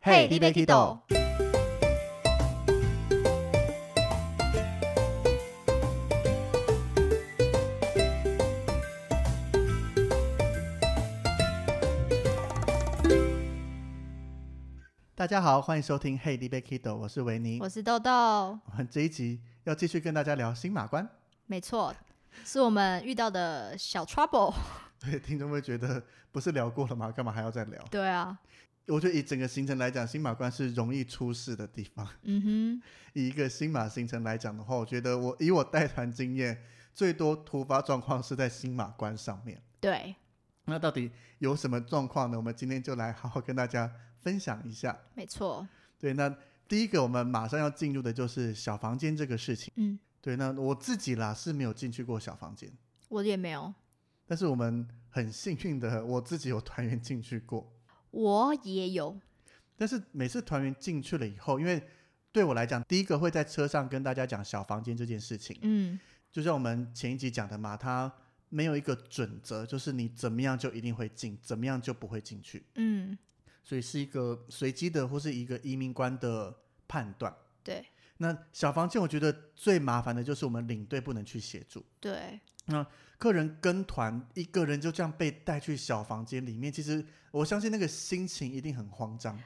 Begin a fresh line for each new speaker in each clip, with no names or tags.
嘿你要去倒？
大家好，欢迎收听《Hey, d b a Kido》，我是维尼。
我是豆豆，
我们这一集要继续跟大家聊新马关。
没错，是我们遇到的小 trouble。
对，听众会觉得不是聊过了吗？干嘛还要再聊？
对啊，
我觉得以整个行程来讲，新马关是容易出事的地方。
嗯
以一个新马行程来讲的话，我觉得我以我带团经验，最多突发状况是在新马关上面。
哼，对，
那到底有什么状况呢？我们今天就来好好跟大家分享一下。
没错，
对，那第一个我们马上要进入的就是小房间这个事情。
嗯，
对，那我自己啦是没有进去过小房间，
我也没有，
但是我们很幸运的，我自己有团员进去过。
我也有，
但是每次团员进去了以后，因为对我来讲，第一个会在车上跟大家讲小房间这件事情，
嗯，
就像我们前一集讲的嘛，它没有一个准则，就是你怎么样就一定会进，怎么样就不会进去，
嗯，
所以是一个随机的或是一个移民官的判断。
对
那小房间，我觉得最麻烦的就是我们领队不能去协助。
对，
客人跟团一个人就这样被带去小房间里面，其实我相信那个心情一定很慌张。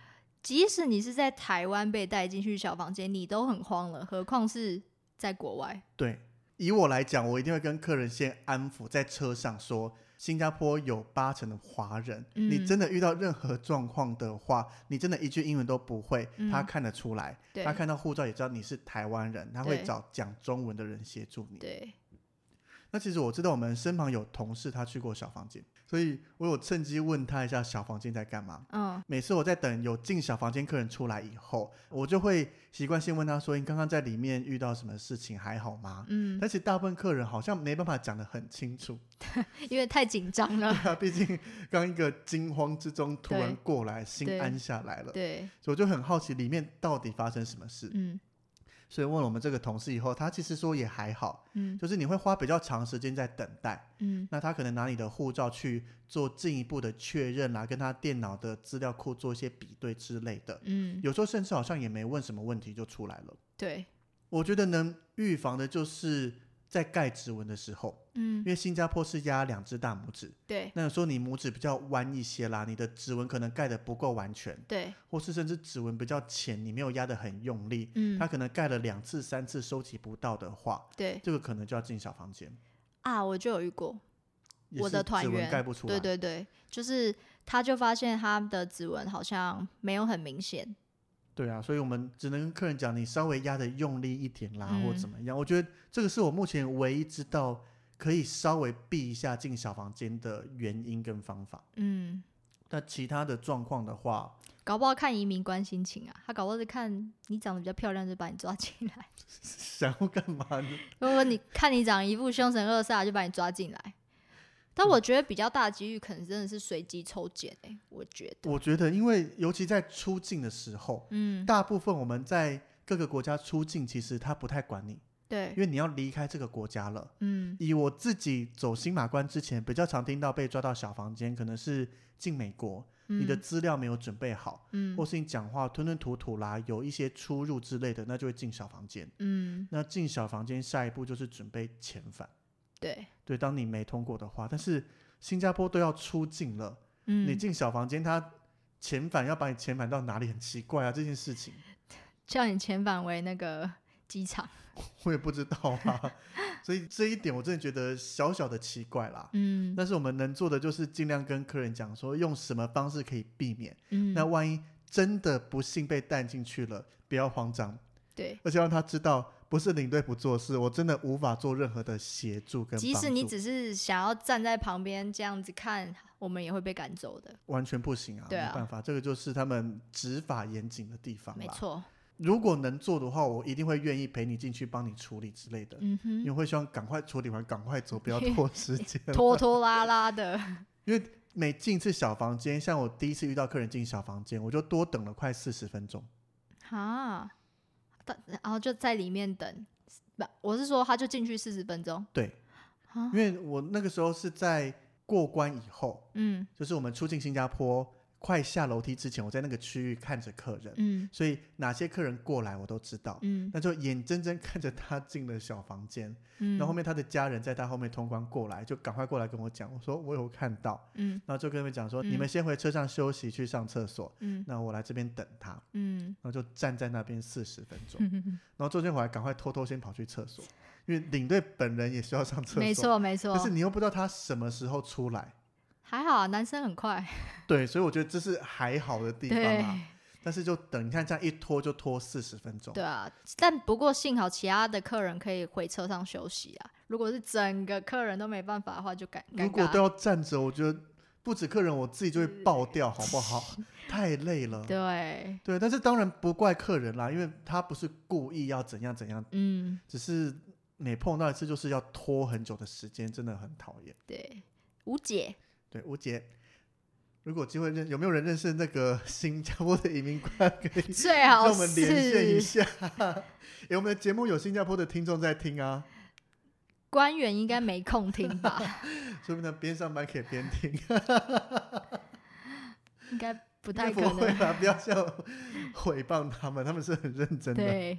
即使你是在台湾被带进去小房间，你都很慌了，何况是在国外？
对，以我来讲，我一定会跟客人先安抚，在车上说，新加坡有八成的华人，
嗯
你真的遇到任何状况的话，你真的一句英文都不会，
嗯
他看得出来，
对
他看到护照也知道你是台湾人，他会
对
找讲中文的人协助你。
对，
那其实我知道我们身旁有同事他去过小房间，所以我有趁机问他一下小房间在干嘛。
嗯
每次我在等有进小房间客人出来以后，我就会习惯性问他说：“你刚刚在里面遇到什么事情？还好吗？”
嗯，
但是大部分客人好像没办法讲得很清 楚，
因为太紧张了，
他毕竟刚一个惊慌之中突然过来，心
对
安下来了，
对，
所以我就很好奇里面到底发生什么事。
嗯
所以问了我们这个同事以后，他其实说也还好，
嗯
就是你会花比较长时间在等待，
嗯，
那他可能拿你的护照去做进一步的确认啊啦，跟他电脑的资料库做一些比对之类的。
嗯，
有时候甚至好像也没问什么问题就出来了。
对，
我觉得能预防的就是在盖指纹的时候，因
嗯
为新加坡是压两只大拇指，
对
那有时候你拇指比较弯一些啦，你的指纹可能盖的不够完全，
对，
或是甚至指纹比较浅，你没有压的很用力，
嗯
它可能盖了两次、三次收集不到的话，
对
这个可能就要进小房间。
啊，我就有遇过，
也
我的
是
团
指纹
员
盖不出来，
对对对，就是他就发现他的指纹好像没有很明显，
对啊，所以我们只能跟客人讲，你稍微压的用力一点啦，
嗯
或怎么样。我觉得这个是我目前唯一知道可以稍微避一下进小房间的原因跟方法。
嗯，
那其他的状况的话，
搞不好看移民官心情啊，他搞不好是看你长得比较漂亮就把你抓进来，
想要干嘛呢？
如果你看你长一副凶神恶煞就把你抓进来，但
嗯
我觉得比较大的几率可能真的是随机抽检哎、我觉得，
我觉得，因为尤其在出境的时候，
嗯，
大部分我们在各个国家出境，其实他不太管你，
对
因，为你要离开这个国家了。
嗯
以我自己走新马关之前，比较常听到被抓到小房间，可能是进美国，你的
嗯
资料没有准备好，
嗯
或是你讲话吞吞吐吐啦，有一些出入之类的，那就会进小房间。
嗯，
那进小房间，下一步就是准备遣返。
对，
对，当你没通过的话，但是新加坡都要出境了，
嗯，
你进小房间，他遣返要把你遣返到哪里，很奇怪啊，这件事情
叫你遣返为那个机场，
我也不知道 啊。所以这一点我真的觉得小小的奇怪啦。
嗯
但是我们能做的就是尽量跟客人讲说，用什么方式可以避免。
嗯，
那万一真的不幸被带进去了，不要慌张，
对。
而且让他知道不是领队不做事，我真的无法做任何的协助跟帮助，
即使你只是想要站在旁边这样子看，我们也会被赶走的。
完全不行啊，
对啊
没办法，这个就是他们执法严谨的地方啦
没，错，
如果能做的话，我一定会愿意陪你进去帮你处理之类的，
嗯
因为
哼，
会希望赶快处理完，赶快走，不 要拖时间。
拖拖拉拉的，
每进一次小房间，像我第一次遇到客人进小房间，我就多等了快四十分钟。
哈，但然后就在里面等。不，我是说，他就进去四十分钟。
对，
啊
因，为我那个时候是在过关以后，
嗯
就是我们出境新加坡快下楼梯之前，我在那个区域看着客人，
嗯
所以哪些客人过来我都知道。
嗯
那就眼睁睁看着他进了小房间，
嗯，
然后后面他的家人在他后面通关过来，就赶快过来跟我讲，我说我有看到，
嗯
然后就跟他们讲说，
嗯
你们先回车上休息，去上厕所，
嗯
那我来这边等他，
嗯
然后就站在那边四十分钟，
嗯，
然后中间我还赶快偷偷先跑去厕所，因为领队本人也需要上厕所，
没，错没错
可，是你又不知道他什么时候出来，
还好啊，男生很快，
对，所以我觉得这是还好的地方
对
啊，但是就等你看这样一拖就拖四十分钟，
对啊，但不过幸好其他的客人可以回车上休息啊，如果是整个客人都没办法的话，就尴尴
如果
尬
都要站着，我觉得不止客人，我自己就会爆掉，好不好？ 太累了。
对，
对，但是当然不怪客人啦，因为他不是故意要怎样怎样，
嗯，
只是每碰到一次就是要拖很久的时间，真的很讨厌。
对，无解。
对，吴杰，如果有机会认有没有人认识那个新加坡的移民官，可以
最
让
好
我们连线一
是
下？ 哎、我们的节目有新加坡的听众在听啊，
官员应该没空听 吧？
说不定他边上班可以边听。
应该不
不
太可
不会
能。
啦， 不要笑，诽谤他们，他们是很认真的。
对，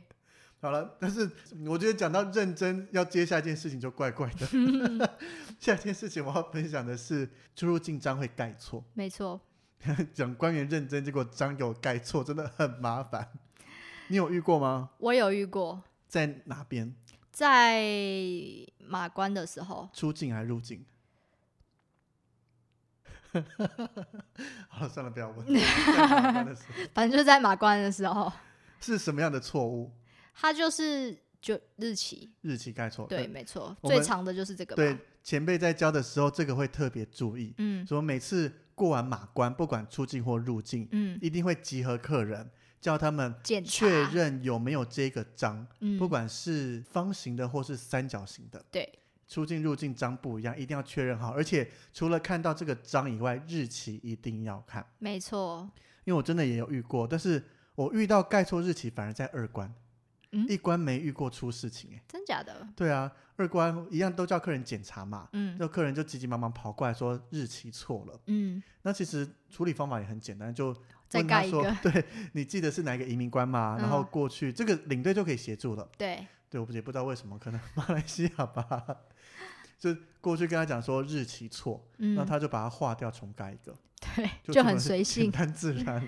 好了，但是我觉得讲到认真，要接下一件事情就怪怪的。 下一件事情我要分享的是出入境章会盖错，
没错，
讲官员认真，结果章有盖错，真的很麻烦。你有遇过吗？
我有遇过，
在哪边
在马关的时候，
出境还入境？ 好了，算了，不要问。 在哪关的时候
反正就在马关的时候，
是什么样的错误？
他就是就日期，
日期盖错。
对，没错，
哦我
最
们
长的就是这个
对
吧。，
前辈在教的时候，这个会特别注意。
嗯
说每次过完马关，不管出境或入境，
嗯，
一定会集合客人，叫他们
检查
确，认有没有这个章，
嗯，
不管是方形的或是三角形的。
对，
出境入境章不一样，一定要确认好。而且除了看到这个章以外，日期一定要看，
没错，
因为我真的也有遇过，但是我遇到盖错日期，反而在二关，
嗯
一关没遇过出事情、欸。
真假的，
对啊，二关一样都叫客人检查嘛，
嗯
就客人就急急忙忙跑过来说日期错了。
嗯，
那其实处理方法也很简单，就
再
问他
盖一
说
个，：“
对你记得是哪一个移民官吗？”然后
嗯
过去这个领队就可以协助了。
对，
对，我也不知道为什么，可能 马来西亚吧，就过去跟他讲说日期错，那
嗯，
他就把它划掉，重盖一个，
对，
就
就
这么
很随
简
性，
单自然。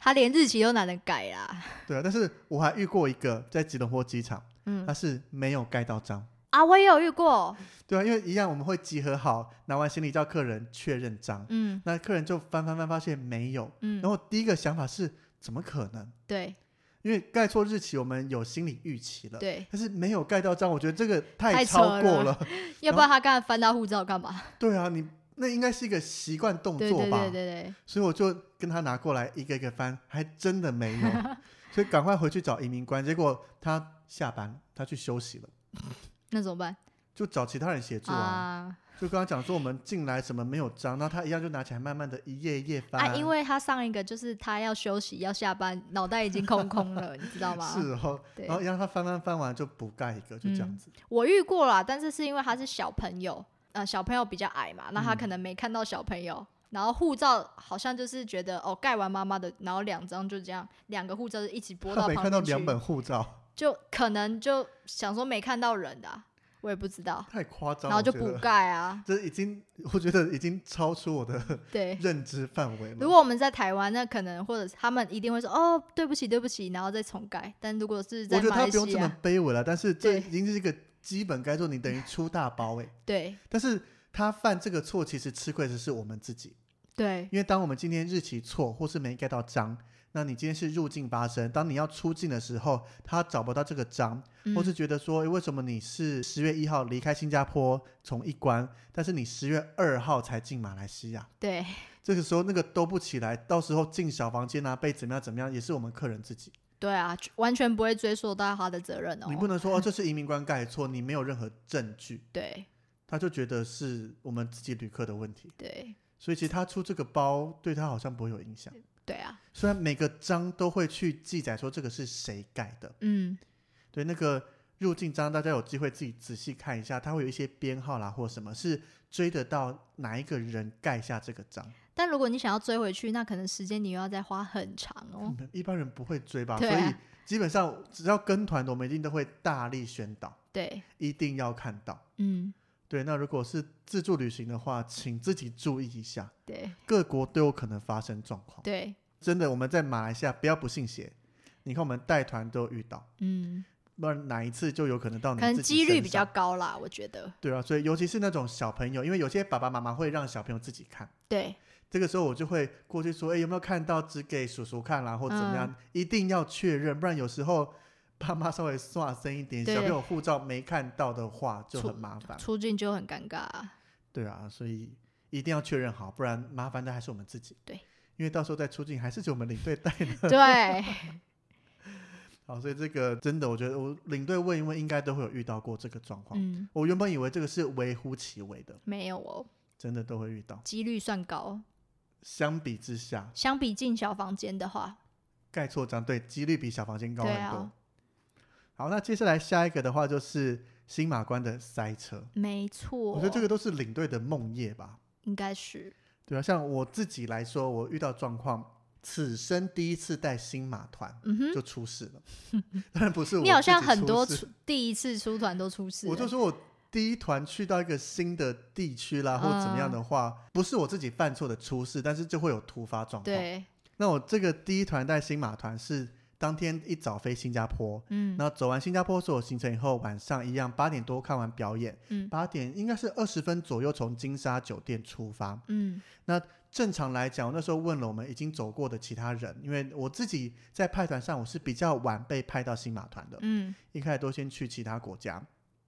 他连日期都懒得改啦。
对啊，但是我还遇过一个在吉隆坡机场，
嗯
他是没有盖到章。
啊，我也有遇过，
对啊，因为一样我们会集合好，拿完行李叫客人确认章，
嗯
那客人就翻翻翻，发现没有。
嗯
然，后第一个想法是怎么可能？
对
因为盖错日期，我们有心理预期了，
对，
但是没有盖到章，我觉得这个太
太
超
扯
过
了
了。
要不然他刚才翻到护照干嘛？
对啊，你那应该是一个习惯动
对
作
对
哦吧？
对对对，
所以我就跟他拿过来一个一个翻，还真的没 有，所以赶快回去找移民官。结果他下班，他去休息了，
那怎么办
就找其他人协助啊。
啊？
就跟他讲说我们进来什么没有章，那他一样就拿起来慢慢的一页一页翻。
啊，因为他上一个就是他要休息要下班，脑袋已经空 空了，你知道吗？
是哦，
对
然，后让他翻翻翻完就补盖一个，就这样
嗯
子。
我遇过啦，但是是因为他是小朋友，呃，小朋友比较矮嘛，那他
嗯
可能没看到小朋友。然后护照好像就是觉得哦，盖完妈妈的，然后两张就这样，两个护照就一起拨
他
到旁
没
边
看到
去
两本护照，
就可能就想说没看到人的啊、我也不知道，
太夸张了。
然后就
我觉得
补盖啊。
这已经，我觉得已经超出我的
对，
认知范围了。
如果我们在台湾，那可能或者他们一定会说哦，对不起，对不起，然后再重盖。但如果是
我
在
觉得
马
他
来
不用
西
这么
亚，
卑微了，但是这
对
已经是一个基本该做，你等于出大包哎、
对
但是他犯这个错，其实吃亏的是我们自己，
对，
因为当我们今天日期错或是没盖到章，那你今天是入境发生，当你要出境的时候，他找不到这个章，
嗯
或是觉得说，诶为什么你是十月一号离开新加坡从一关，但是你十月二号才进马来西亚？
对
这个时候那个兜不起来，到时候进小房间啊，被怎么样怎么样，也是我们客人自己。
对啊，完全不会追溯到他的责任
你
哦。
不能说哦，这是移民官盖错，你没有任何证据，
对
他就觉得是我们自己旅客的问题。
对
所以其实他出这个包对他好像不会有影响，
对啊，
虽然每个章都会去记载说这个是谁盖的。
嗯，
对，那个入境章大家有机会自己仔细看一下，它会有一些编号啦或什么，是追得到哪一个人盖下这个章。
但如果你想要追回去，那可能时间你又要再花很长哦。
嗯一般人不会追吧？
对
所以
啊
基本上只要跟团的，我们一定都会大力宣导，
对，
一定要看到。
嗯，
对，那如果是自助旅行的话，请自己注意一下，
对
各国都有可能发生状况。
对，
真的，我们在马来西亚不要不信邪，你看我们带团都有遇到，
嗯，
不然哪一次就有可能到哦你
可能
自己
几率
身
比较
上
高啦，我觉得。
对啊，所以尤其是那种小朋友，因为有些爸爸妈妈会让小朋友自己看，
对，
这个时候我就会过去说，哎，有没有看到？只给叔叔看啦，或怎么
嗯
样，一定要确认，不然有时候爸妈稍微刷深一点，
对
小朋友护照没看到的话就
出
很麻烦。
出境就很尴尬啊、
对啊，所以一定要确认好，不然麻烦的还是我们自己。
对，
因为到时候再出境还是只有我们领队带的。
对，
好，所以这个真的，我觉得我领队问一问，应该都会有遇到过这个状况。
嗯，
我原本以为这个是微乎其微的，
没有哦，
真的都会遇到。
几率算高。
相比之下，
相比进小房间的话，
盖错章对几率比小房间高哦很
对
多。
啊，
好，那接下来下一个的话就是新马关的塞车，
没错，
我觉得这个都是领队的梦夜吧。
应该是
对啊，像我自己来说，我遇到状况，此生第一次带新马团。
嗯哼，
就出事了。当然不是我，
你好像很多
出事，
出第一次出团都出事欸了，
我就说我第一团去到一个新的地区
嗯
啦，或怎么样的话，不是我自己犯错的出事，但是就会有突发状况。
对，
那我这个第一团带新马团是当天一早飞新加坡。
嗯
那走完新加坡所有行程以后，晚上一样八点多看完表演，
嗯
八点应该是二十分左右从金沙酒店出发，
嗯
正常来讲，我那时候问了我们已经走过的其他人，因为我自己在派团上我是比较晚被派到新马团的，
嗯
一开始都先去其他国家，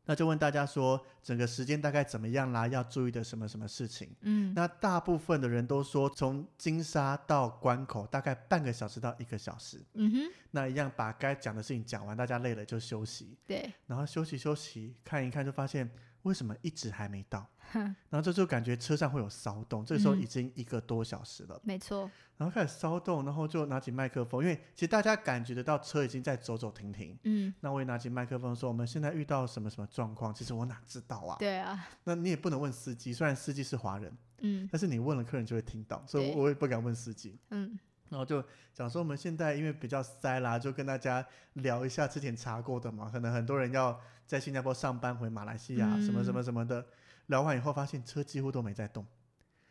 那就问大家说整个时间大概怎么样啦，要注意的什么什么事情。
嗯，
那大部分的人都说，从金沙到关口大概半个小时到一个小时，
嗯哼，
那一样把该讲的事情讲完，大家累了就休息，
对，
然后休息休息看一看，就发现为什么一直还没 到，
哼
然后这就感觉车上会有骚动，这个时候
嗯
已经一个多小时了。
没错，
然后开始骚动，然后就拿起麦克风，因为其实大家感觉得到车已经在走走停停。
嗯，
那我也拿起麦克风说：“我们现在遇到什么什么状况？”其实我哪知道啊？
对啊，
那你也不能问司机，虽然司机是华人，
嗯
但是你问了客人就会听到，所以
对
我我也不敢问司机。
嗯
然后就讲说我们现在因为比较塞啦，就跟大家聊一下之前查过的嘛，可能很多人要在新加坡上班回马来西亚，
嗯
什么什么什么的。聊完以后发现车几乎都没在动。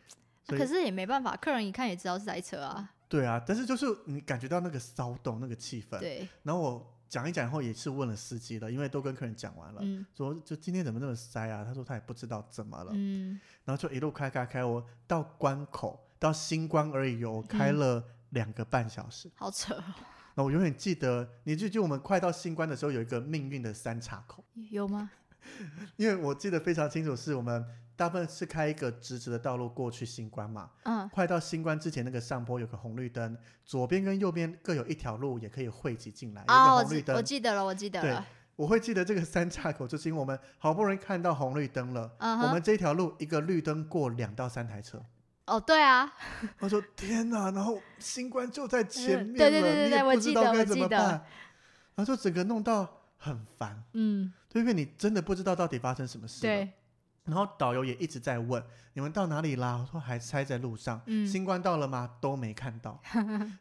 所
那
以
可是也没办法，客人一看也知道是塞车啊，
对啊，但是就是你感觉到那个骚动，那个气氛。
对，
然后我讲一讲以后也是问了司机了，因为都跟客人讲完了，
嗯
说就今天怎么那么塞啊？他说他也不知道怎么了，
嗯，
然后就一路开开开，我到关口到新关而已哦，我开
嗯
了两个半小时。
好扯哦，
那、我永远记得，你记不记得我们快到新关的时候有一个命运的三岔口？
有吗？
因为我记得非常清楚，是我们大部分是开一个直直的道路过去新关嘛。
嗯
快到新关之前，那个上坡有个红绿灯，左边跟右边各有一条路，也可以汇集进来。有一
啊，
个
我
红绿
记
灯
我记得了，我记得
对
了，
我会记得这个三岔口，就是因为我们好不容易看到红绿灯了。
嗯
我
哼，
们这条路一个绿灯过两到三台车，
哦，对啊，
我说天哪！然后新冠就在前面了，
嗯对对对对
你也
对我
不知
记
道
得
该
我
怎么
记得
办，然后就整个弄到很烦，
嗯，
对，因为你真的不知道到底发生什么事。。
对，
然后导游也一直在问你们到哪里啦，我说还塞在路上，
嗯
新冠到了吗？都没看 到。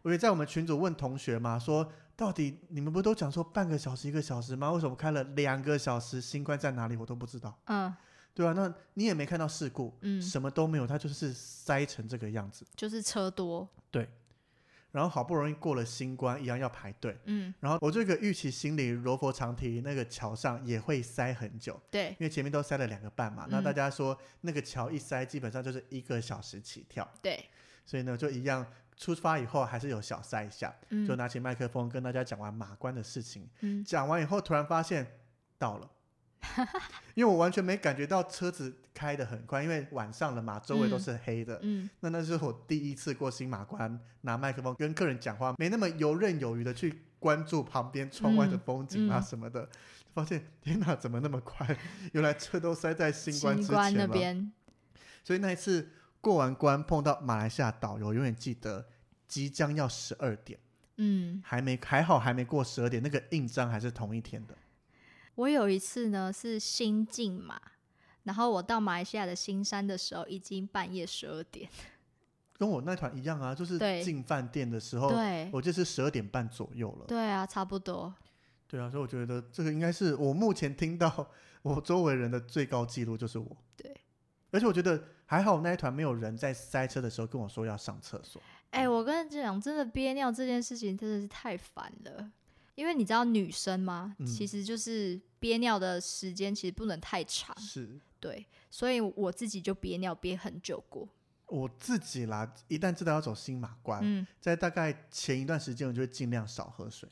我也在我们群组问同学嘛，说到底你们不都讲说半个小时一个小时吗？为什么开了两个小时，新冠在哪里我都不知道。
嗯
对啊，那你也没看到事故，
嗯，
什么都没有，它就是塞成这个样子。
就是车多，
然后好不容易过了新关，一样要排队。
嗯，
然后我这个预期心理，罗佛长堤那个桥上也会塞很久，
对，
因为前面都塞了两个半嘛。
嗯
那大家说那个桥一塞，基本上就是一个小时起跳，
对，
所以呢就一样。出发以后还是有小塞一下，就
嗯
拿起麦克风跟大家讲完马关的事情。
嗯，
讲完以后，突然发现到 了，因为我完全没感觉到车子开得很快，因为晚上了嘛，周围都
嗯
是黑的。
嗯，
那那是我第一次过新马关，拿麦克风跟客人讲话，没那么游刃有余的去关注旁边窗外的风景啊
嗯嗯
什么的，就发现天哪，怎么那么快？原来车都塞在新关
新
之
关
前
那
了。
边，
所以那一次过完关，碰到马来西亚导游，永远记得即将要十二点，
嗯，
还没还好还没过十二点，那个印章还是同一天的。
我有一次呢是新进嘛，然后我到马来西亚的新山的时候，已经半夜十二点，
跟我那团一样啊，就是
对
进饭店的时候，
对
我这是十二点半左右了。
对啊，差不多。
对啊，所以我觉得这个应该是我目前听到 我周围人的最高纪录就是我。
对，
而且我觉得还好那一团没有人在塞车的时候跟我说要上厕所。啊
哎、我跟你讲，真的憋尿这件事情真的是太烦了，因为你知道女生嘛，
嗯
其实就是憋尿的时间其实不能太长，
是
对，所以我自己就憋尿憋很久过，
我自己啦，一旦知道要走新马关，
嗯，
在大概前一段时间，我就会尽量少喝水。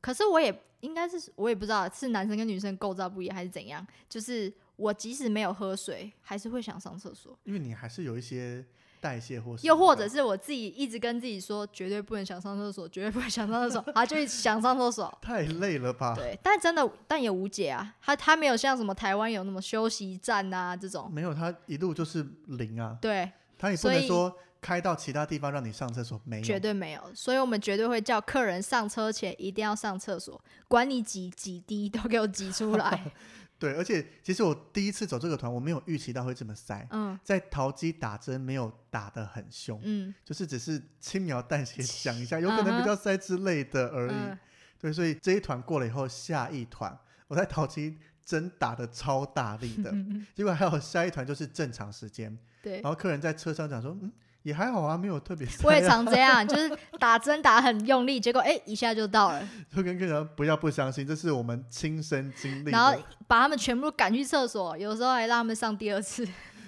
可是我也应该是我也不知道是男生跟女生构造不一样还是怎样，就是我即使没有喝水，还是会想上厕所，
因为你还是有一些代谢或什么的
又或者是我自己一直跟自己说绝对不能想上厕所，绝对不能想上厕所，啊，就一直想上厕所，
太累了吧？
对，但真的，但也无解啊。他他没有像什么台湾有那么休息站啊这种，
没有，他一路就是零啊，
对，
他也不
所
能
以
说开到其他地方让你上厕所，没
绝
有。
对没有。所以我们绝对会叫客人上车前一定要上厕所，管你几几滴都给我挤出 来。
对，而且其实我第一次走这个团，我没有预期到会这么塞，
嗯
在桃机打针没有打得很凶，
嗯
就是只是轻描淡写讲一 下，有可能比较塞之类的而已。
嗯，
对，所以这一团过了以后，下一团我在桃机针打的超大力的，结果还有下一团就是正常时间，
嗯对
然。后客人在车上讲说，嗯，也还好啊，没有特别塞、啊。
我也常这 样，就是打针打很用力，结果哎、一下就到了，
就跟客人说不要不相信，这是我们亲身经历的。
然后把他们全部赶去厕所，有时候还让他们上第二次。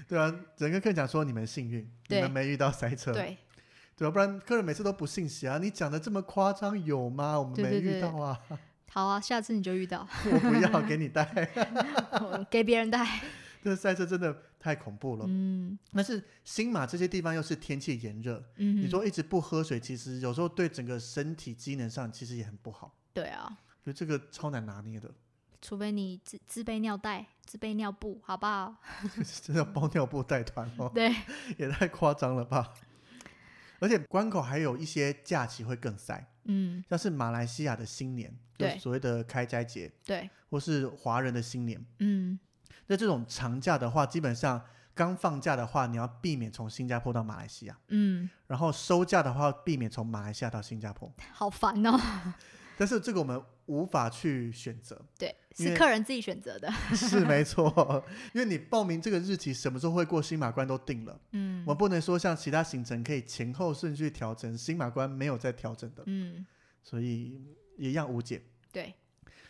对啊，整个客人讲说你们幸运，你
对
们没遇到塞车，
对，
对啊，不然客人每次都不信邪啊，你讲的这么夸张有吗？我们
对
没
对
遇
对
到啊，
好啊，下次你就遇到，
我不要给你 带，
我给别人 带。
这塞车真的太恐怖了。
嗯
但是新马这些地方又是天气炎热，
嗯哼，
你说一直不喝水，其实有时候对整个身体机能上其实也很不好，
对啊？
就这个超难拿捏的，
除非你自自备尿袋、自备尿布，好不好？
真的包尿布带团哦。
对，
也太夸张了吧！而且关口还有一些假期会更塞，
嗯，
像是马来西亚的新年，就
对
是所谓的开斋节，
对，
或是华人的新年。
嗯，
那这种长假的话，基本上刚放假的话，你要避免从新加坡到马来西亚，
嗯，
然后收假的话，避免从马来西亚到新加坡。
好烦哦。
但是这个我们无法去选择，
对，
因为
是客人自己选择的。
是没错， 因为你报名这个日期什么时候会过新马关都定了，
嗯
我们不能说像其他行程可以前后顺序调整，新马关没有在调整的。
嗯，
所以一样无解。
对，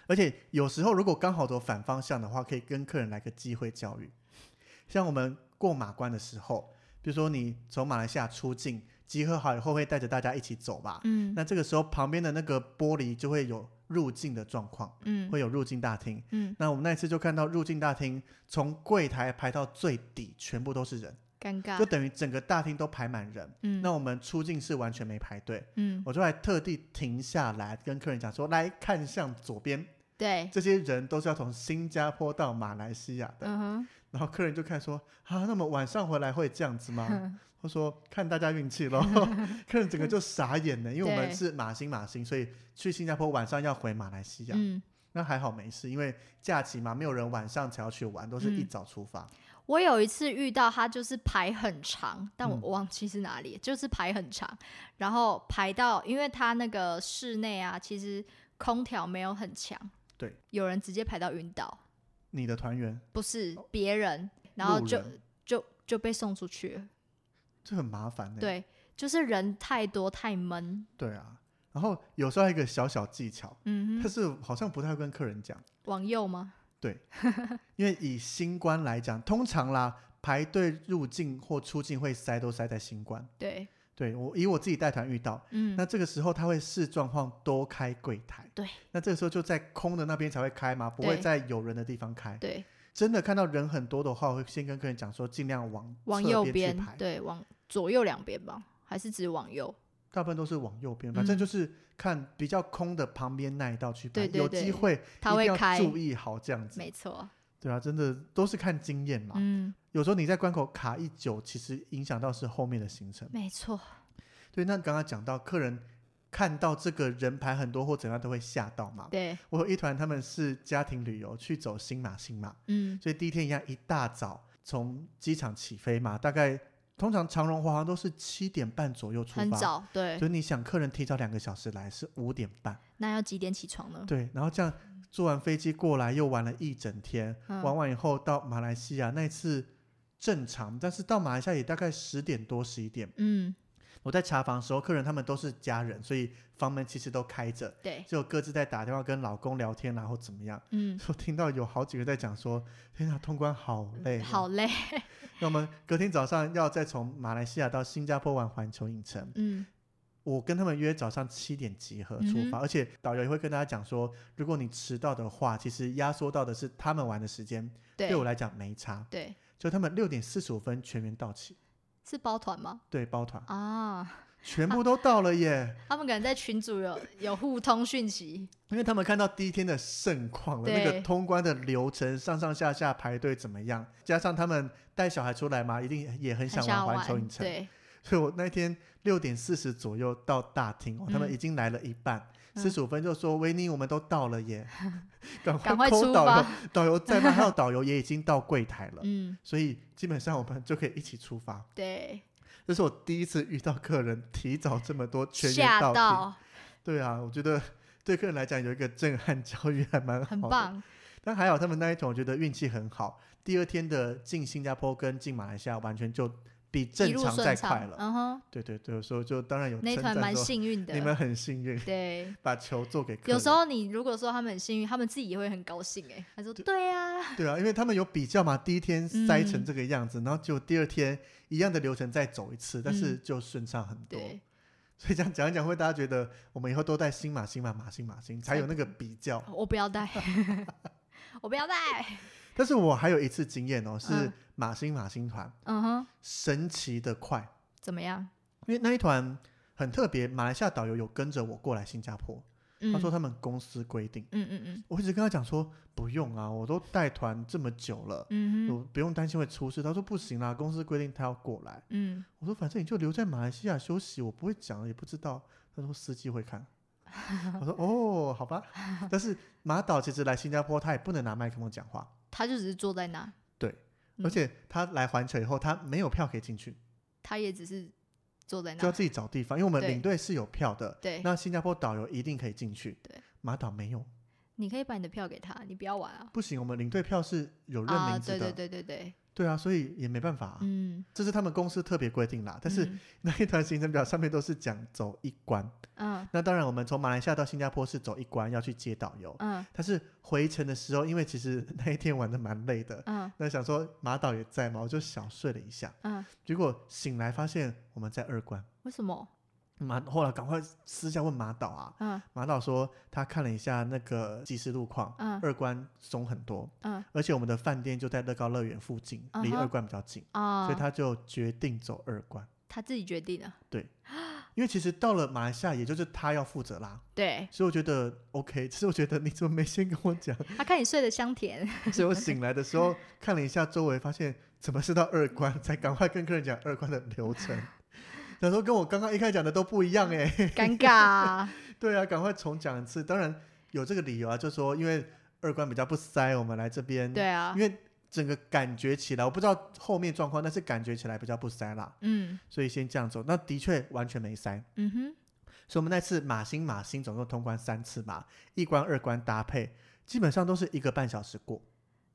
而且有时候如果刚好走反方向的话，可以跟客人来个机会教育。像我们过马关的时候，比如说你从马来西亚出境，集合好以后会带着大家一起走吧。
嗯
那这个时候旁边的那个玻璃就会有入境的状况，
嗯
会有入境大厅。
嗯，
那我们那一次就看到入境大厅从柜台排到最底，全部都是人，
尴
就
尬。
等于整个大厅都排满人。
啊嗯
那我们出境是完全没排队，
嗯，
我就还特地停下来跟客人讲说，来看向左边，
对，
这些人都是要从新加坡到马来西亚的。
嗯
然后客人就看说，啊，那么晚上回来会这样子 吗？
哼，
我说看大家运气 咯。客人整个就傻眼了，因为我们
对
是马新马新，所以去新加坡晚上要回马来西亚。
嗯，
那还好没事，因为假期嘛，没有人晚上才要去玩，都是一
嗯
早出发。
我有一次遇到他，就是排很长，但我
嗯
我忘记是哪里，就是排很长，然后排到，因为他那个室内啊，其实空调没有很强，
对，
有人直接排到晕倒，
你的团员
不是别人，然后
哦路
就
人
就就被送出去了。
这很麻烦的、
对，就是人太多太闷。
对啊，然后有时候还有一个小小技巧，
嗯
但
哼，
是好像不太会跟客人讲。
往右吗？
因为以新冠来讲，通常啦，排队入境或出境会塞，都塞在新冠。
对，
对我以我自己带团遇到，
嗯，
那这个时候他会视状况多开柜台。
对，
那这个时候就在空的那边才会开嘛，不
对
会在有人的地方开。
对，
真的看到人很多的话，我会先跟客人讲说，尽量往
往
侧
右
边去排。
对，往左右两边吧，还是只往右？
大部分都是往右边，反正
嗯
就是看比较空的旁边那一道去排。
对对
有
对
机会
他
一
会
定要
开，
注意好这样子。
没错。
对啊，真的都是看经验嘛。
嗯，
有时候你在关口卡一久，其实影响到是后面的行程。
没错。
对，那刚刚讲到客人看到这个人排很多或怎样都会吓到嘛。
对，
我有一团他们是家庭旅游去走新马新马，
嗯
所以第一天一样一大早从机场起飞嘛，大概通常长荣、华航都是七点半左右出发，
很，早，对
所，以你想客人提早两个小时来是五点半，
那要几点起床呢？
对，然后这样坐完飞机过来又玩了一整天，
嗯
玩完以后到马来西亚那一次正常，但是到马来西亚也大概十点多十一点。
嗯，
我在查房的时候，客人他们都是家人，所以房门其实都开着，
对，
就各自在打电话跟老公聊天，然后怎么样。
嗯，
我听到有好几个在讲说，天啊，通关好 累、哦，
好累，
那我们隔天早上要再从马来西亚到新加坡玩环球影城，
嗯，
我跟他们约早上七点集合出
嗯
发，
哼
而且导游也会跟大家讲说，如果你迟到的话，其实压缩到的是他们玩的时间，
对
对我来讲没差。
对，
就他们六点四十五分全员到齐，
是包团吗？
对，包 团
啊，
全部都到了耶，
他们可能在群组有有互通讯息，
因为他们看到第一天的盛况了，那
对
个通关的流程上上下下排队怎么样，加上他们带小孩出来嘛，一定也很
很
想
想
玩环球
玩，
影城，
嗯 对，
所以我那天六点四十左右到大厅、哦，他们
嗯
已经来了一半，
嗯
四十五分就说：“维尼，我们都到了耶， 赶
赶快
扣
出
导游
发，，
导游在吗？还有导游也已经到柜台了，
嗯，
所以基本上我们就可以一起出发。
对，
这是我第一次遇到客人提早这么多 全员
吓
到齐，
到，
对啊，我觉得 对客人来讲有一个震撼教育还 蛮好的，
很。棒，
但还好他们那一种，我觉得运气很好，第二天的进新加坡跟进马来西亚完全就比
一
正
路
常再
顺
快
畅，
了。
嗯哼，
对对对，所以就当然有
那一
称
团
赞
蛮
说
幸运的，
你们很幸运，
对。
把球做给客人。
有时候你如果说他们很幸运，他们自己也会很高兴哎。他说：“对啊，
对啊，因为他们有比较嘛，第一天
嗯
塞成这个样子，然后就第二天一样的流程再走一次，但是就顺畅很多。
嗯对，
所以这样讲一讲，会大家觉得我们以后都带新马、新马、马新马新，才
才
有那个比较。
我不 要带，我不要带。
但是我还有一次经验哦，是
嗯
马新马新团”
嗯哼，
神奇的快，
怎么样？
因为那一团很特别，马来西亚导游有跟着我过来新加坡，
嗯，
他说他们公司规定。
嗯嗯嗯
我一直跟他讲说不用啊，我都带团这么久了，
嗯哼
我不用担心会出事。他说不行啦，公司规定他要过来。
嗯，
我说反正你就留在马来西亚休息，我不会讲，也不知道。他说司机会看。 我说哦，好吧。但是马导其实来新加坡，他也不能拿麦克风讲话，
他就只是坐在那，嗯
而且他来环球以后，他没有票可以进去，
他也只是坐在
就要
那。
自己找地方。因为我们
嗯对
领队是有票的，
对，
那新加坡导游一定可以进去。
对，
马导没有，
你可以把你的票给他，你不要玩啊。
不行，我们领队票是有认
啊，
名字
对
的。
对对对对，
对啊，所以也没办法、啊。
嗯。
这是他们公司特别规定啦，但是
嗯
那一团行程表上面都是讲走一关。
嗯
那当然，我们从马来西亚到新加坡是走一关，要去接导游。
嗯
但是回程的时候，因为其实那一天玩的蛮累的，
嗯
那想说马导也在嘛，我就小睡了一下。
嗯，
结果醒来发现我们在二关，
为什么？
马后来赶快私下问马导啊，
嗯
马导说他看了一下那个即时路况，
嗯
二关松很多，
嗯
而且我们的饭店就在乐高乐园附近，离
嗯哼
二关比较近，
啊，
所以他就决定走二关。
他自己决定的。
因为其实到了马来西亚，也就是他要负责啦，
对
所以我觉得 OK。其实我觉得你怎么没先跟我讲？
他看你睡得香甜，
所以我醒来的时候看了一下周围，发现怎么是到二关，才赶快跟客人讲二关的流 程。想说跟我刚刚一开始讲的都不一样哎、
尴 尬啊。
对啊，赶快重讲一次。当然有这个理由啊，就说因为二关比较不塞，我们来这边，
对啊
因，为整个感觉起来，我不知道后面状况，但是感觉起来比较不塞啦，
嗯
所以先这样走。那的确完全没塞，
嗯哼，
所以我们那次马新马新总共通关三次嘛，一关二关搭配，基本上都是一个半小时过，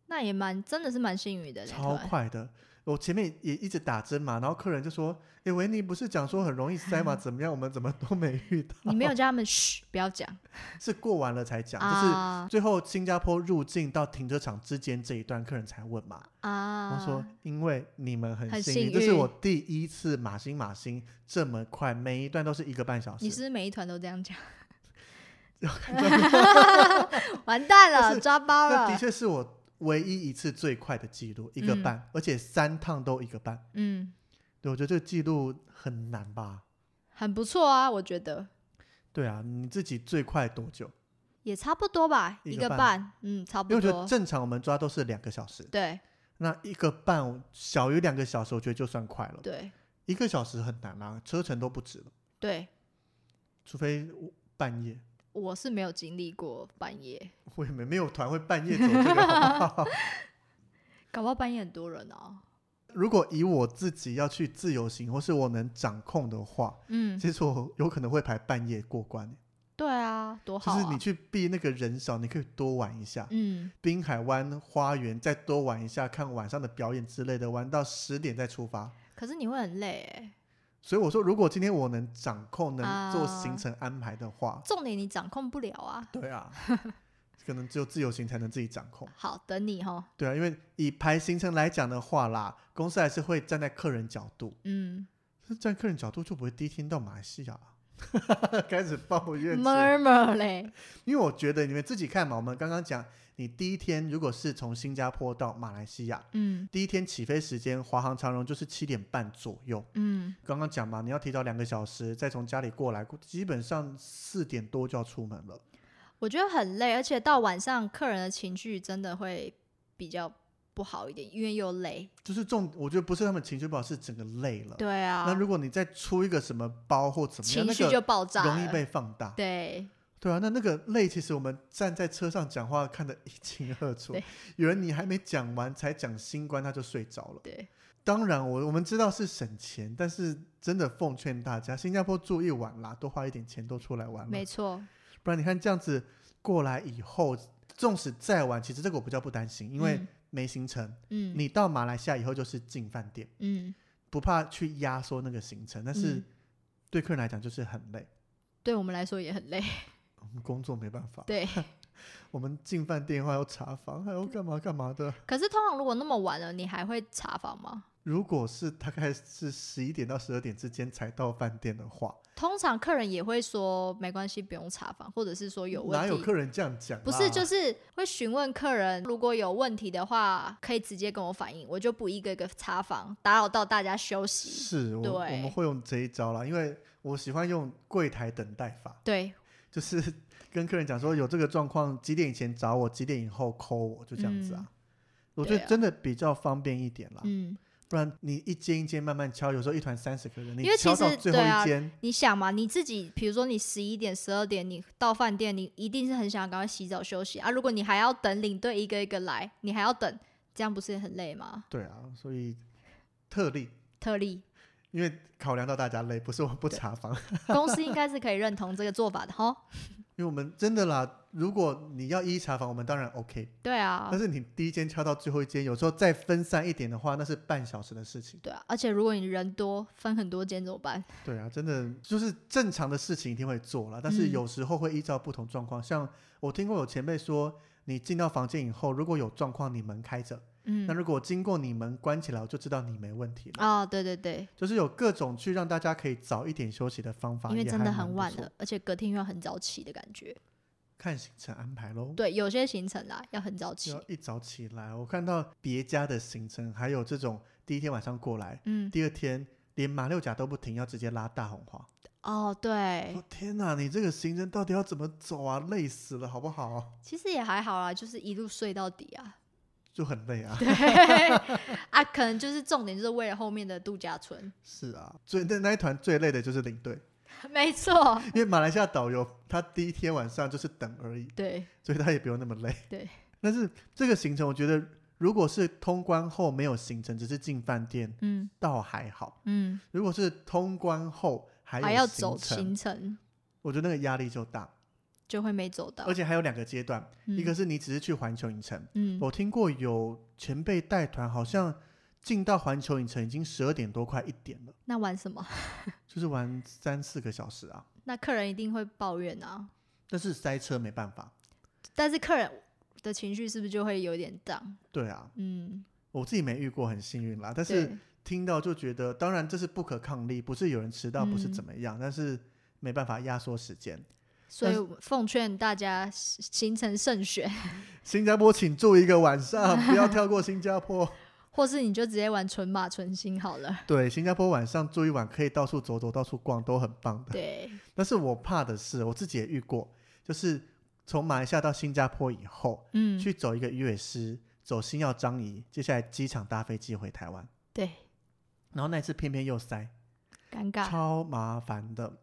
那也蛮真的是蛮幸运的那
超
团。
快的。我前面也一直打针嘛，然后客人就说：“诶，维尼不是讲说很容易塞 嘛，怎么样？我们怎么都没遇到？
你没有叫他们嘘，不要讲
是过完了才讲，就是
啊
最后新加坡入境到停车场之间这一段，客人才问嘛。
啊！
我说：因为你们很
很
幸
幸
运，这是
运
我第一次马新马新这么快，每一段都哦是一个半小时。
你是不是每一团都这 样讲， 完蛋
不
了，
是
抓包
那的
了。
确是我唯一一次最快的记录，一个半，而且三趟都一个半。
嗯，
对，我觉得这个记录很难吧？
很不错啊，我觉得
对啊，你自己最快多久？
也差不多吧，
一
一
个
个
半
半，嗯，差
因为
不
我觉得
多。
正常我们抓都是两个小时，
对
那一个半小于两个小时，我觉得就算快了。
对
一个小时很难啊，车程都不止了，
对，
除非我半夜。
我是没有经历过半夜，
我也没没有团会半夜走这个好不好，
搞不好半夜很多人哦。
如果以我自己要去自由行，或是我能掌控的话，
嗯，
其实我有可能会排半夜过关、
对啊，多好、
就
啊，
是你去避那个人少，你可以多玩一下。
嗯，
滨海湾花园再多玩一下，看晚上的表演之类的，玩到十点再出发。
可是你会很累哎、
所以我说，如果今天我能掌控、能做
啊
行程安排的话，
重点你掌控不了啊。
对啊，可能只有自由行才能自己掌控。
好，等你哈，
对啊，因为以排行程来讲的话啦，公司还是会站在客人角度，
嗯
那站在客人角度就不会第一天到马来西亚啊。开始抱怨起来，
，murmur 嘞，
因为我觉得你们自己看嘛，我们刚刚讲，你第一天如果是从新加坡到马来西亚，
嗯
第一天起飞时间，华航、长荣就是七点半左右。
嗯，
刚刚讲嘛，你要提早两个小时，再从家里过来，基本上四点多就要出门了。
我觉得很累，而且到晚上客人的情绪真的会比较不好一点，因为又累。
就是重，我觉得不是他们情绪不好，是整个累了。
对
哦那
啊，
如果你再出一个什么包或怎么样，
情绪就爆炸
那个
了，
容易被放大。
对，
对啊，那那个累，其实我们站在车上讲话看得一清二楚
对。
有人你还没讲完才讲新冠，他就睡着了。
对，
当然我我们知道是省钱，但是真的奉劝大家，新加坡住一晚啦，多花一点钱都出来玩
没
了。
错，
不然你看这样子过来以后，纵使再晚，其实这个我比较不担心，因为没行程。
嗯
你到马来西亚以后就是进饭店，
嗯，
不怕去压缩那个行程，但是
嗯
对客人来讲就是很累。
对我们来说也很累，
我们工作没办法，
对。
我们进饭店的话要查房，还要干嘛干嘛的。
可是通常如果那么晚了，你还会查房吗？
如果是大概是十一点到十二点之间才到饭店的话，
通常客人也会说没关系，不用查房，或者是说有问
哪
题
有客人这样讲、啊？
不是，就是会询问客人，如果有问题的话，可以直接跟我反映，我就不一个一个查房，打扰到大家休息。
是我
对
我们会用这一招啦，因为我喜欢用柜台等待法，
对，
就是跟客人讲说有这个状况，几点以前找我，几点以后扣我，就这样子啊。我觉
对
得
啊
真的比较方便一点啦，
嗯，
不然你一间一间慢慢敲，有时候一团三十个人，你
因为其
敲到
实
最后
对啊
一间，
你想嘛，你自己，比如说你十一点、十二点，你到饭店，你一定是很想赶快洗澡休息啊。如果你还要等领队一个一个来，你还要等，这样不是很累吗？
对啊，所以特例，
特例
因为考量到大家累，不是我不查房，
公司应该是可以认同这个做法的哈。
因为我们真的啦，如果你要一一查房，我们当然 OK，、
对啊
但，是你第一间敲到最后一间，有时候再分散一点的话，那是半小时的事情。
对啊，而且如果你人多，分很多间怎么办？
对啊，真的就是正常的事情一定会做啦，但是
嗯
有时候会依照不同状况，像我听过有前辈说，你进到房间以后，如果有状况，你门开着，
嗯
那，如果经过你门关起来，我就知道你没问题了。
啊，对对对，
就是有各种去让大家可以早一点休息的方法，
因为
也
真
还
的
蛮
很
不
晚
错
了，，而且隔天又要很早起的感觉。
看行程安排喽。
对，有些行程啦要很早起
要。一早起来，我看到别家的行程，还有这种第一天晚上过来，
嗯，
第二天连马六甲都不停，要直接拉大红花。
哦，对
我、，天哪，你这个行程到底要怎么走啊？累死了，好不好？
其实也还好啦，就是一路睡到底啊。
就很累啊。
对啊，可能就是重点就是为了后面的度假村。
是啊，最那那一团最累的就是领队，
没错，
因为马来西亚导游他第一天晚上就是等而已，
对，
所以他也不用那么累。
对，
但是这个行程，我觉得如果是通关后没有行程，只是进饭店，
嗯
倒还好；
嗯，
如果是通关后还有
还要走
行程
行程
我觉得那个压力就大，
就会没走到
而。且还有两个阶段，
嗯
一个是你只是去环球影城，
嗯，
我听过有前辈带团，好像进到环球影城已经十二点多快一点了，
那玩什么？
就是玩三四个小时啊，
那客人一定会抱怨啊。
但是塞车没办法。
但是客人的情绪是不是就会有点荡？
对啊，
嗯，
我自己没遇过，很幸运啦。但是
对，
听到就觉得，当然这是不可抗力，不是有人迟到，不是
嗯
怎么样，但是没办法压缩时间。
所以
但
我奉劝大家行程慎选。
新加坡请住一个晚 上，不要跳过新加坡。
或是你就直接玩纯马纯星好了。
对，新加坡晚上住一晚，可以到处走走，到处逛，都很棒的。
对，
但是我怕的是，我自己也遇过，就是从马来西亚到新加坡以后，
嗯，
去走一个月师，走新耀樟宜，接下来机场搭飞机回台湾，
对，
然后那一次偏偏又塞，
尴尬。
超麻烦的。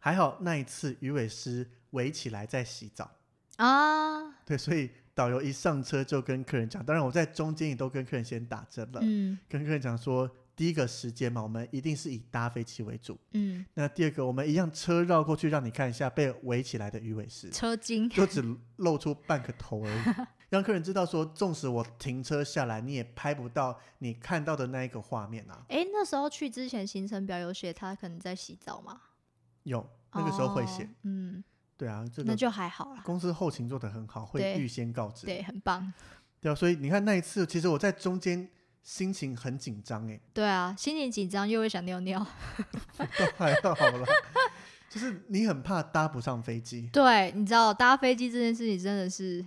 还好那一次鱼尾狮围起来在洗澡，
啊，
对，所以导游一上车就跟客人讲，当然我在中间也都跟客人先打针了，
嗯
跟客人讲说，第一个时间嘛，我们一定是以搭飞机为主。
嗯，
那第二个，我们一样车绕过去，让你看一下被围起来的鱼尾狮，
车 精，
就只露出半个头而已， 让客人知道说，纵使我停车下来，你也拍不到你看到的那一个画面啊。
哎、那时候去之前行程表有写他可能在洗澡嘛，
有那个时候会写，
哦嗯，
对啊，这
那
个
就还好啦，
公司后勤做得很好，会
对
预先告知。
对，很棒，
对啊，所以你看那一次，其实我在中间心情很紧张哎、
对啊，心情紧张又会想尿 尿，
都 还好 啦，就是你很怕搭不上飞机，
对，你知道搭飞机这件事情真的是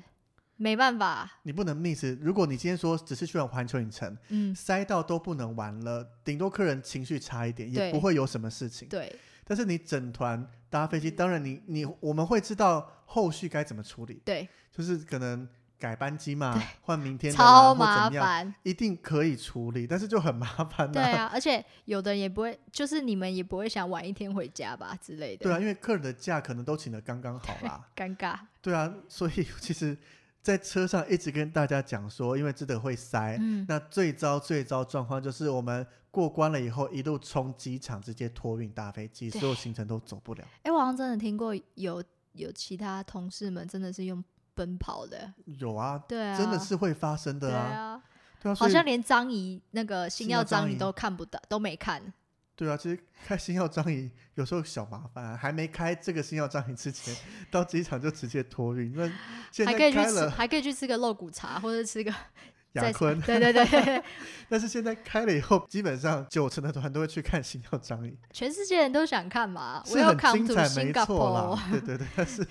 没办法，
你不能 miss。如果你今天说只是去玩环球影城，
嗯，
塞到都不能玩了，顶多客人情绪差一点，也
对
不会有什么事情。
对，
但是你整团搭飞
嗯
机，当然你你我们会知道后续该怎么处理，
对，
就是可能改班机嘛，换明天的啦
超
或
麻
怎么样，
烦，
一定可以处理，但是就很麻烦
对啊，而且有的人也不会，就是你们也不会想晚一天回家吧之类的，
对啊，因为客人的假可能都请的刚刚好啦。
尴尬，
对啊，所以其实，在车上一直跟大家讲说，因为真的会塞。
嗯，
那最糟最糟状况就是我们过关了以后，一路冲机场，直接托运大飞机，
对
所有行程都走不了。
哎、我好像真的听过有有其他同事们真的是用奔跑的，
有啊，
对啊，
真的是会发生
对
的啊。
啊，
对啊，所
好
以
像连张仪那个星
星耀
耀张
张
仪
仪
都看不到，都没看，
对啊，其实开星耀张仪有时候小麻烦、啊，还没开这个星耀张仪之前，到机场就直接托运。那现
还
在
可以去
开
吃，
了
还可以去吃个肉骨茶或者吃个
雅
在
坤，
对对对对，对
但是现在开了以后，基本上九成的团都会去看星耀张 仪。
全世界人都想看嘛，我
是
要
很
看
精
主
彩，
新
没
加
错
坡，
啦，对对对。但 是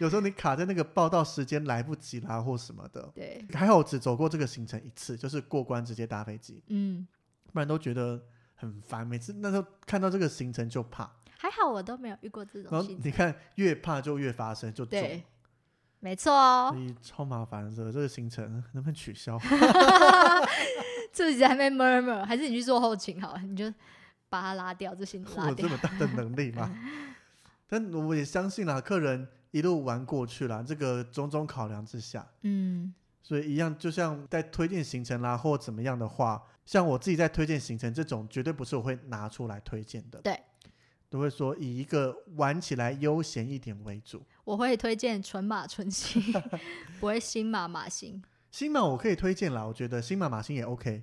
有时候你卡在那个报道时间来不及啦，或什么的。
对，
还好我只走过这个行程一次，就是过关直接搭飞机，
嗯，
不然都觉得很烦。每次那时候看到这个行程就怕，
还好我都没有遇过这
然后
种情，
哦你看越怕就越发生，就中
对，没错哦
所，以超麻烦的。这个行程 能不能取消？
自己在那边 murmur，还是你去做后勤好了，你就把它拉掉，这些你
我
拉
有这
掉，
么大的能力 吗？但我也相信啦，客人一路玩过去啦，这个种种考量之下，
嗯，
所以一样，就像在推荐行程啦，或怎么样的话，像我自己在推荐行程这种，绝对不是我会拿出来推荐的。
对，
都会说以一个玩起来悠闲一点为主。
我会推荐纯马纯新， 不会新马马新，
新马我可以推荐啦，我觉得新马马星也 OK。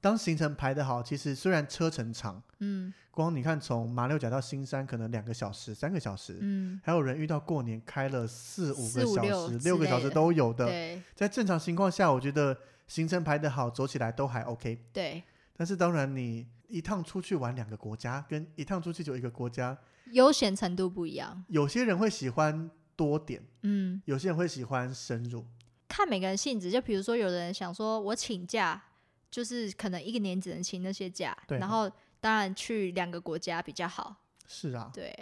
当行程排得好，其实虽然车程长，
嗯
光你看从马六甲到新山可能两个小时、三个小时，
嗯，
还有人遇到过年开了四五
四
个
五
小
六
时、
之
六个
类
小时
的
都有的。
对
在正常情况下，我觉得行程排得好，走起来都还 OK。
对，
但是当然，你一趟出去玩两个国家，跟一趟出去就一个国家，
悠闲程度不一样，
有些人会喜欢多点，
嗯，
有些人会喜欢深入。
看每个人性质，就比如说有的人想说我请假，就是可能一个年只能请那些假，
对
然后当然去两个国家比较好，
是啊，
对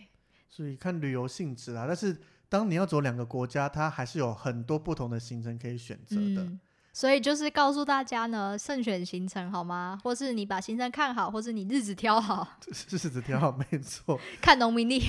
所以看旅游性质啊。但是当你要走两个国家，它还是有很多不同的行程可以选择的。
嗯，所以就是告诉大家呢，慎选行程好吗？或是你把行程看好，或是你日子挑好，
是是挺好，没错。
看农民历。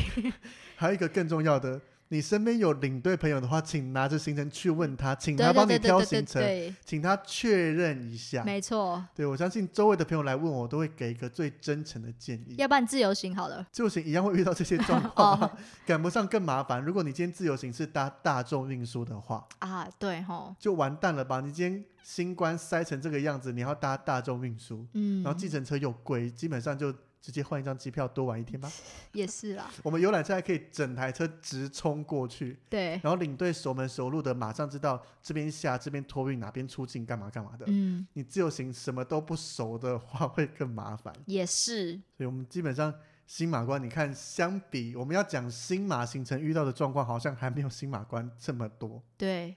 还有一个更重要的，你身边有领队朋友的话，请拿着行程去问他，请
嗯对
他
对
帮你
对
挑
对对
行程，嗯
对，
请他确认一下。
没错，
对我相信周围的朋友来问我，我都会给一个最真诚的建议。
要不哦然自由行好了。
自由行一样会遇到这些状况、 啊，赶不上更麻烦。如果你今天自由行是搭大众运输的话，
啊，对吼，
就完蛋了吧？你今天新冠塞成这个样子，你要搭大众运输，
嗯，
然后计程车又贵，基本上就直接换一张机票多玩一天吧。
也是啦，
我们游览车还可以整台车直冲过去，
对，
然后领队熟门熟路的，马上知道这边下、这边托运、哪边出境、干嘛干嘛的。
嗯，
你自由行什么都不熟的话， 会更麻烦。
也是，
所以我们基本上新马关，你看，相比我们要讲新马行程遇到的状况，好像还没有新马关这么多。
对，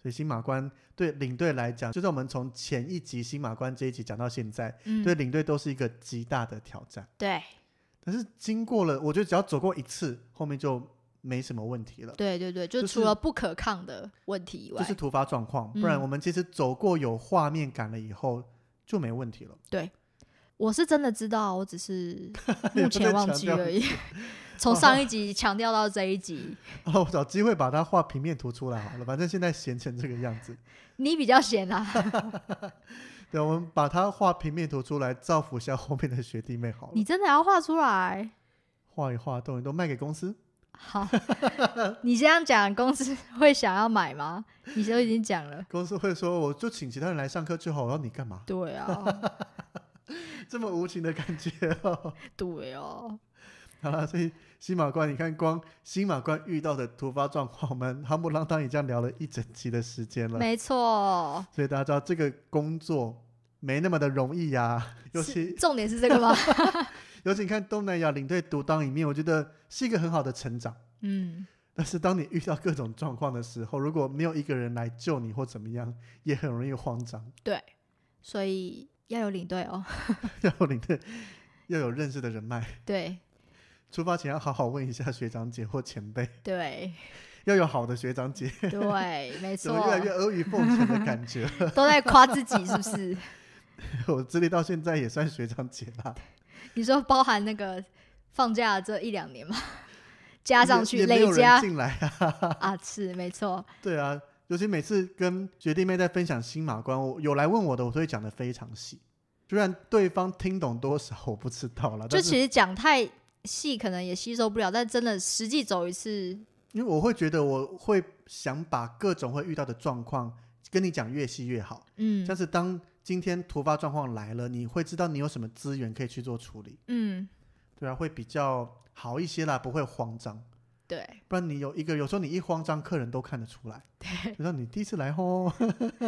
所以新马关对领队来讲，就是我们从前一集新马关这一集讲到现在，
嗯，
对领队都是一个极大的挑战。
对，
但是经过了，我觉得只要走过一次，后面就没什么问题了。
对对对，就
就
除
是
了不可抗的问题以外，
就是突发状况，不然
嗯
我们其实走过有画面感了以后就没问题了。
对，我是真的知道，我 只是目前忘记而已。
哦
从上一集强调到这一集，
哦，我找机会把它画平面图出来好了，反正现在闲成这个样子。
你比较闲啊，
对，我们把它画平面图出来，造福一下后面的学弟妹好了。
你真的要画出来。
画一画，动一动，卖给公司。
好，你这样讲，公司 会想要买吗？你都已经讲了，
公司会说，我就请其他人来上课就好，我要你干嘛？
对啊，
这么无情的感觉哦。
对哦，
好了，所以新马关，你看光新马关遇到的突发状况，我们夯不啷当也这样聊了一整集的时间了。
没错，
所以大家知道这个工作没那么的容易呀、 尤
是
其
重点是这 个吗？
尤其你看东南亚领队独当一面，我觉得是一个很好的成长。
嗯，
但是当你遇到各种状况的时候，如果没有一个人来救你或怎么样，也很容易慌张。
对，所以要有领队哦，
要有领队，要有认识的人脉。
对
出发前要好好问一下学长姐或前辈，
对
要有好的学长姐，
对，没
怎
错
么，越来越阿谀奉承的感觉？
都在夸自己是不是？
我资历到现在也算学长姐啦，
你说包含那个放假这一两年吗？加上去
也也没
累
有人
加
进来啊。
啊，是没错，
对啊，尤其每次跟学弟妹在分享新马关，我有来问我的，我都会讲的非常细。虽然对方听懂多少我不知道啦，
就
但是
其实讲太细可能也吸收不了，但真的实际走一次，
因为我会觉得我会想把各种会遇到的状况跟你讲越细越好。
嗯
但是当今天突发状况来了，你会知道你有什么资源可以去做处理，
嗯，
对啊，会比较好一些啦，不会慌张。
对，
不然你有一个，有时候你一慌张，客人都看得出来。对，就说你第一次来哦，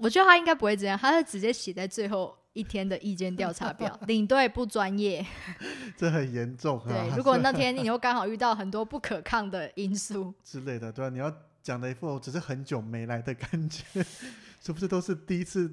我觉得他应该不会这样，他是直接写在最后一天的意见调查表，领队不专业。
这很严重啊。
对，如果那天你又刚好遇到很多不可抗的因素，
之类的，对啊，你要讲的一副我只是很久没来的感觉， 是不是都是第一次？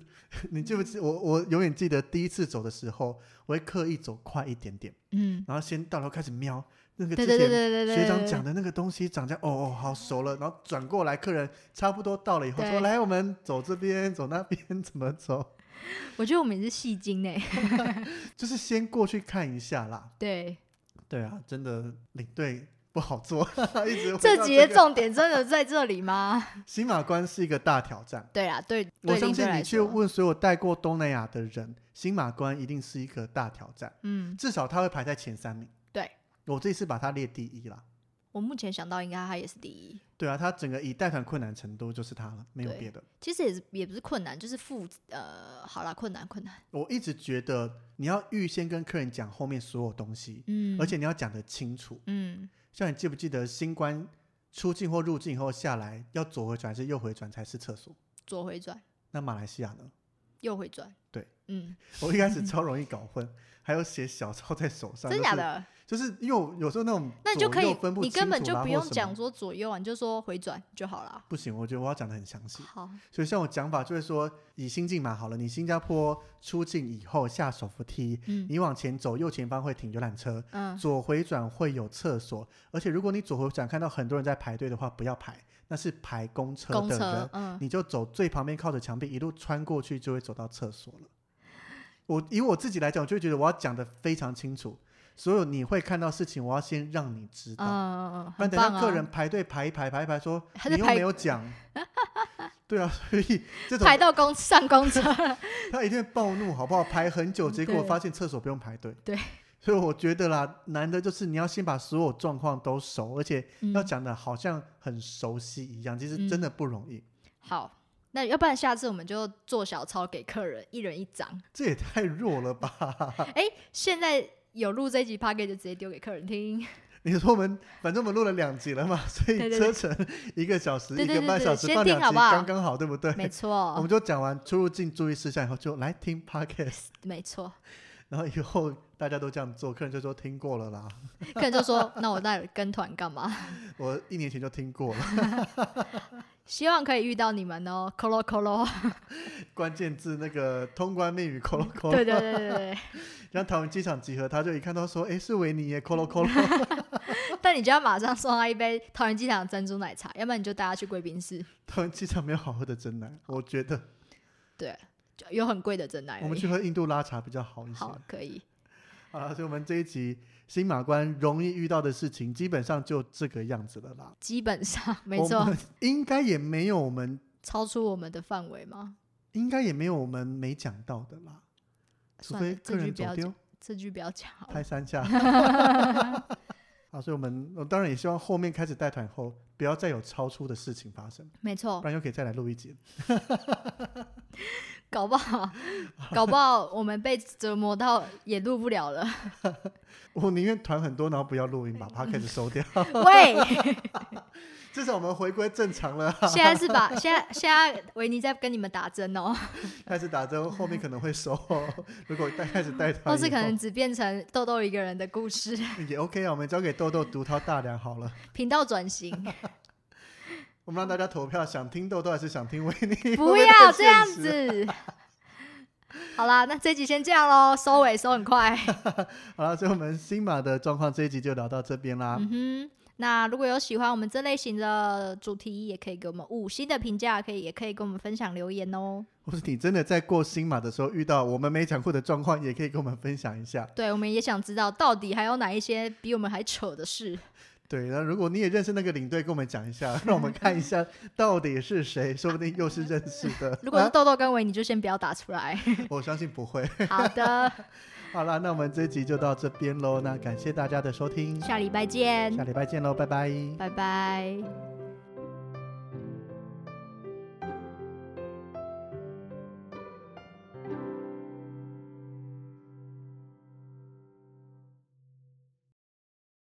你记不记？我我永远记得第一次走的时候，我会刻意走快一点点，
嗯，
然后先到楼开始瞄那个
对
之
对对
前
对对对，
学长
对
讲，的那个东西长这样，哦哦，好熟了。然后转过来，客人差不多到了以后
对
说：“来，我们走这边，走那边，怎么走
我觉得我们也是戏精呢。？”
就是先过去看一下啦。
对，
对啊，真的领队不好做， 一直回到
这集的
个
重点真的在这里吗？
新马关是一个大挑战。
对啦，对，
我
对
相
领队
信你
来
去
说，
问所有带过东南亚的人，新马关一定是一个大挑战，
嗯，
至少他会排在前三名。
对，
我这次把它列第一啦。
我目前想到应该他也是第一。
对啊，他整个以带团困难程度就是他了，没有
对
别的。
其实也是也不是困难，就是负呃，好啦，困难困难，
我一直觉得你要预先跟客人讲后面所有东西，
嗯，
而且你要讲得清楚。
嗯，
像你记不记得新关出境或入境以后下来要左回转还是右回转才是厕所？
左回转，
那马来西亚呢？
右回转，
对，
嗯，
我一开 始超容易搞混，还有写小抄在手上，
真
就是
假的？
就是因为我有时候那种
那你就可
左
以
右分，不
你根本
清楚
就
啦
不
或
用
什么
讲说左右啊，你就说回转就好啦。
不行，我觉得我要讲的很详细。
好，
所以像我讲法就会说，以新进马好了，你新加坡出境以后下手扶梯，
嗯
你往前走，右前方会停游览车，
嗯，
左回转会有厕所，而且如果你左回转看到很多人在排队的话，不要排，那是排公车
公
的
车
人，，
嗯，
你就走最旁边靠着墙壁一路穿过去，就会走到厕所了。我以我自己来讲，我就会觉得我要讲的非常清楚，所有你会看到事情，我要先让你知
嗯
道。
嗯嗯，
不然
很
等下
棒
客人
啊，
排队排一排排一排说，
还
你
在
又
排
没有 讲，对啊，所以这种
排到公上公车，
他一定会暴怒，好不好？排很久，
嗯
结果
对
发现厕所不用排队。
对，
所以我觉得啦，难的就是你要先把所有状况都熟，而且
嗯
要讲的好像很熟悉一样，其实
嗯
真的不容易。
好。那要不然下次我们就做小抄给客人，一人一张。
这也太弱了吧？
哎、现在有录这一集 p a c k e t 就直接丢给客 人听。
你说我们反正我们录了两集了嘛，所以
对对
车
对
程一个小时、
对对
一个半
对对
小时
先
放两
听好
集
不好
刚刚好，对不对？
没
我
错
们，就讲完出入境注意事项以后，就来听 podcast。
没错。
然后以后大家都这样做，客人就说听过了啦，
客人就说：“ 那我到底跟团干嘛？”
我一年前就听过了，
希望可以遇到你们哦，Colo Colo，
关键字那个通关密语 colo colo，
对对对对对。
然后桃园机场集合，他就一看到说，诶，是维尼耶 colo colo，
但你就要马上送他一杯桃园机场的珍珠奶茶，要不然你就带他去贵宾室。
桃园机场没有好喝的真奶，我觉得
对，就有很贵的真奶而已。
我们去喝印度拉茶比较好一些。
哎好，可以。
好了，所以我们这一集新马关容易遇到的事情，基本上就这个样子了啦。
基本上没
我
错，
们 应该也没有我们，
超出我们的范围吗？
应该也没有我们没讲到的啦。除
算了
非
这
个
句
人
不
走
要
丢
讲，，这句不要讲好了。
拍三 下。好，所以我们我当然也希望后面开始带团后，不要再有超出的事情发生，
没错
不，然又可以再来录一集。
搞不好，搞不好我们被折磨到也录不 了了。
我宁愿团很多，然后不要录音，
嗯
把 p 开始收 掉。
喂，
至少我们回归正常了，
现在是吧？现在现在维尼在跟你们打针哦，
哎开始打针，后面可能会收。如果带开始带团以后，
或是可能只变成豆豆一个人的故事，
也 OK 啊，我们交给豆豆独挑大梁好了。
频道 转型。
我们让大家投票，想听豆豆还是想听维尼？
不要这样子。 好啦，那这集先这样喽，收尾收很快。
好了，所以我们新马的状况这一集就聊到这边啦。
嗯哼，那如果有喜欢我们这类型的主题，也可以给我们五星的评价，可以也可以跟我们分享留言哦。
或是你真的在过新马的时候遇到我们没讲过的状况，也可以跟我们分享一下。
对，我们也想知道到底还有哪一些比我们还扯 的事。
对，那如果你也认识那个领队，跟我们讲一 下，让我们看一下到底是谁，说不定又是认识的。 啊
如果是豆豆跟维尼，就先不要打出来。
我相信不会。
好的，
好啦，那我们这集就到这边喽。那感谢大家的收听，
下礼拜见，
下礼拜见喽，拜拜。
拜拜。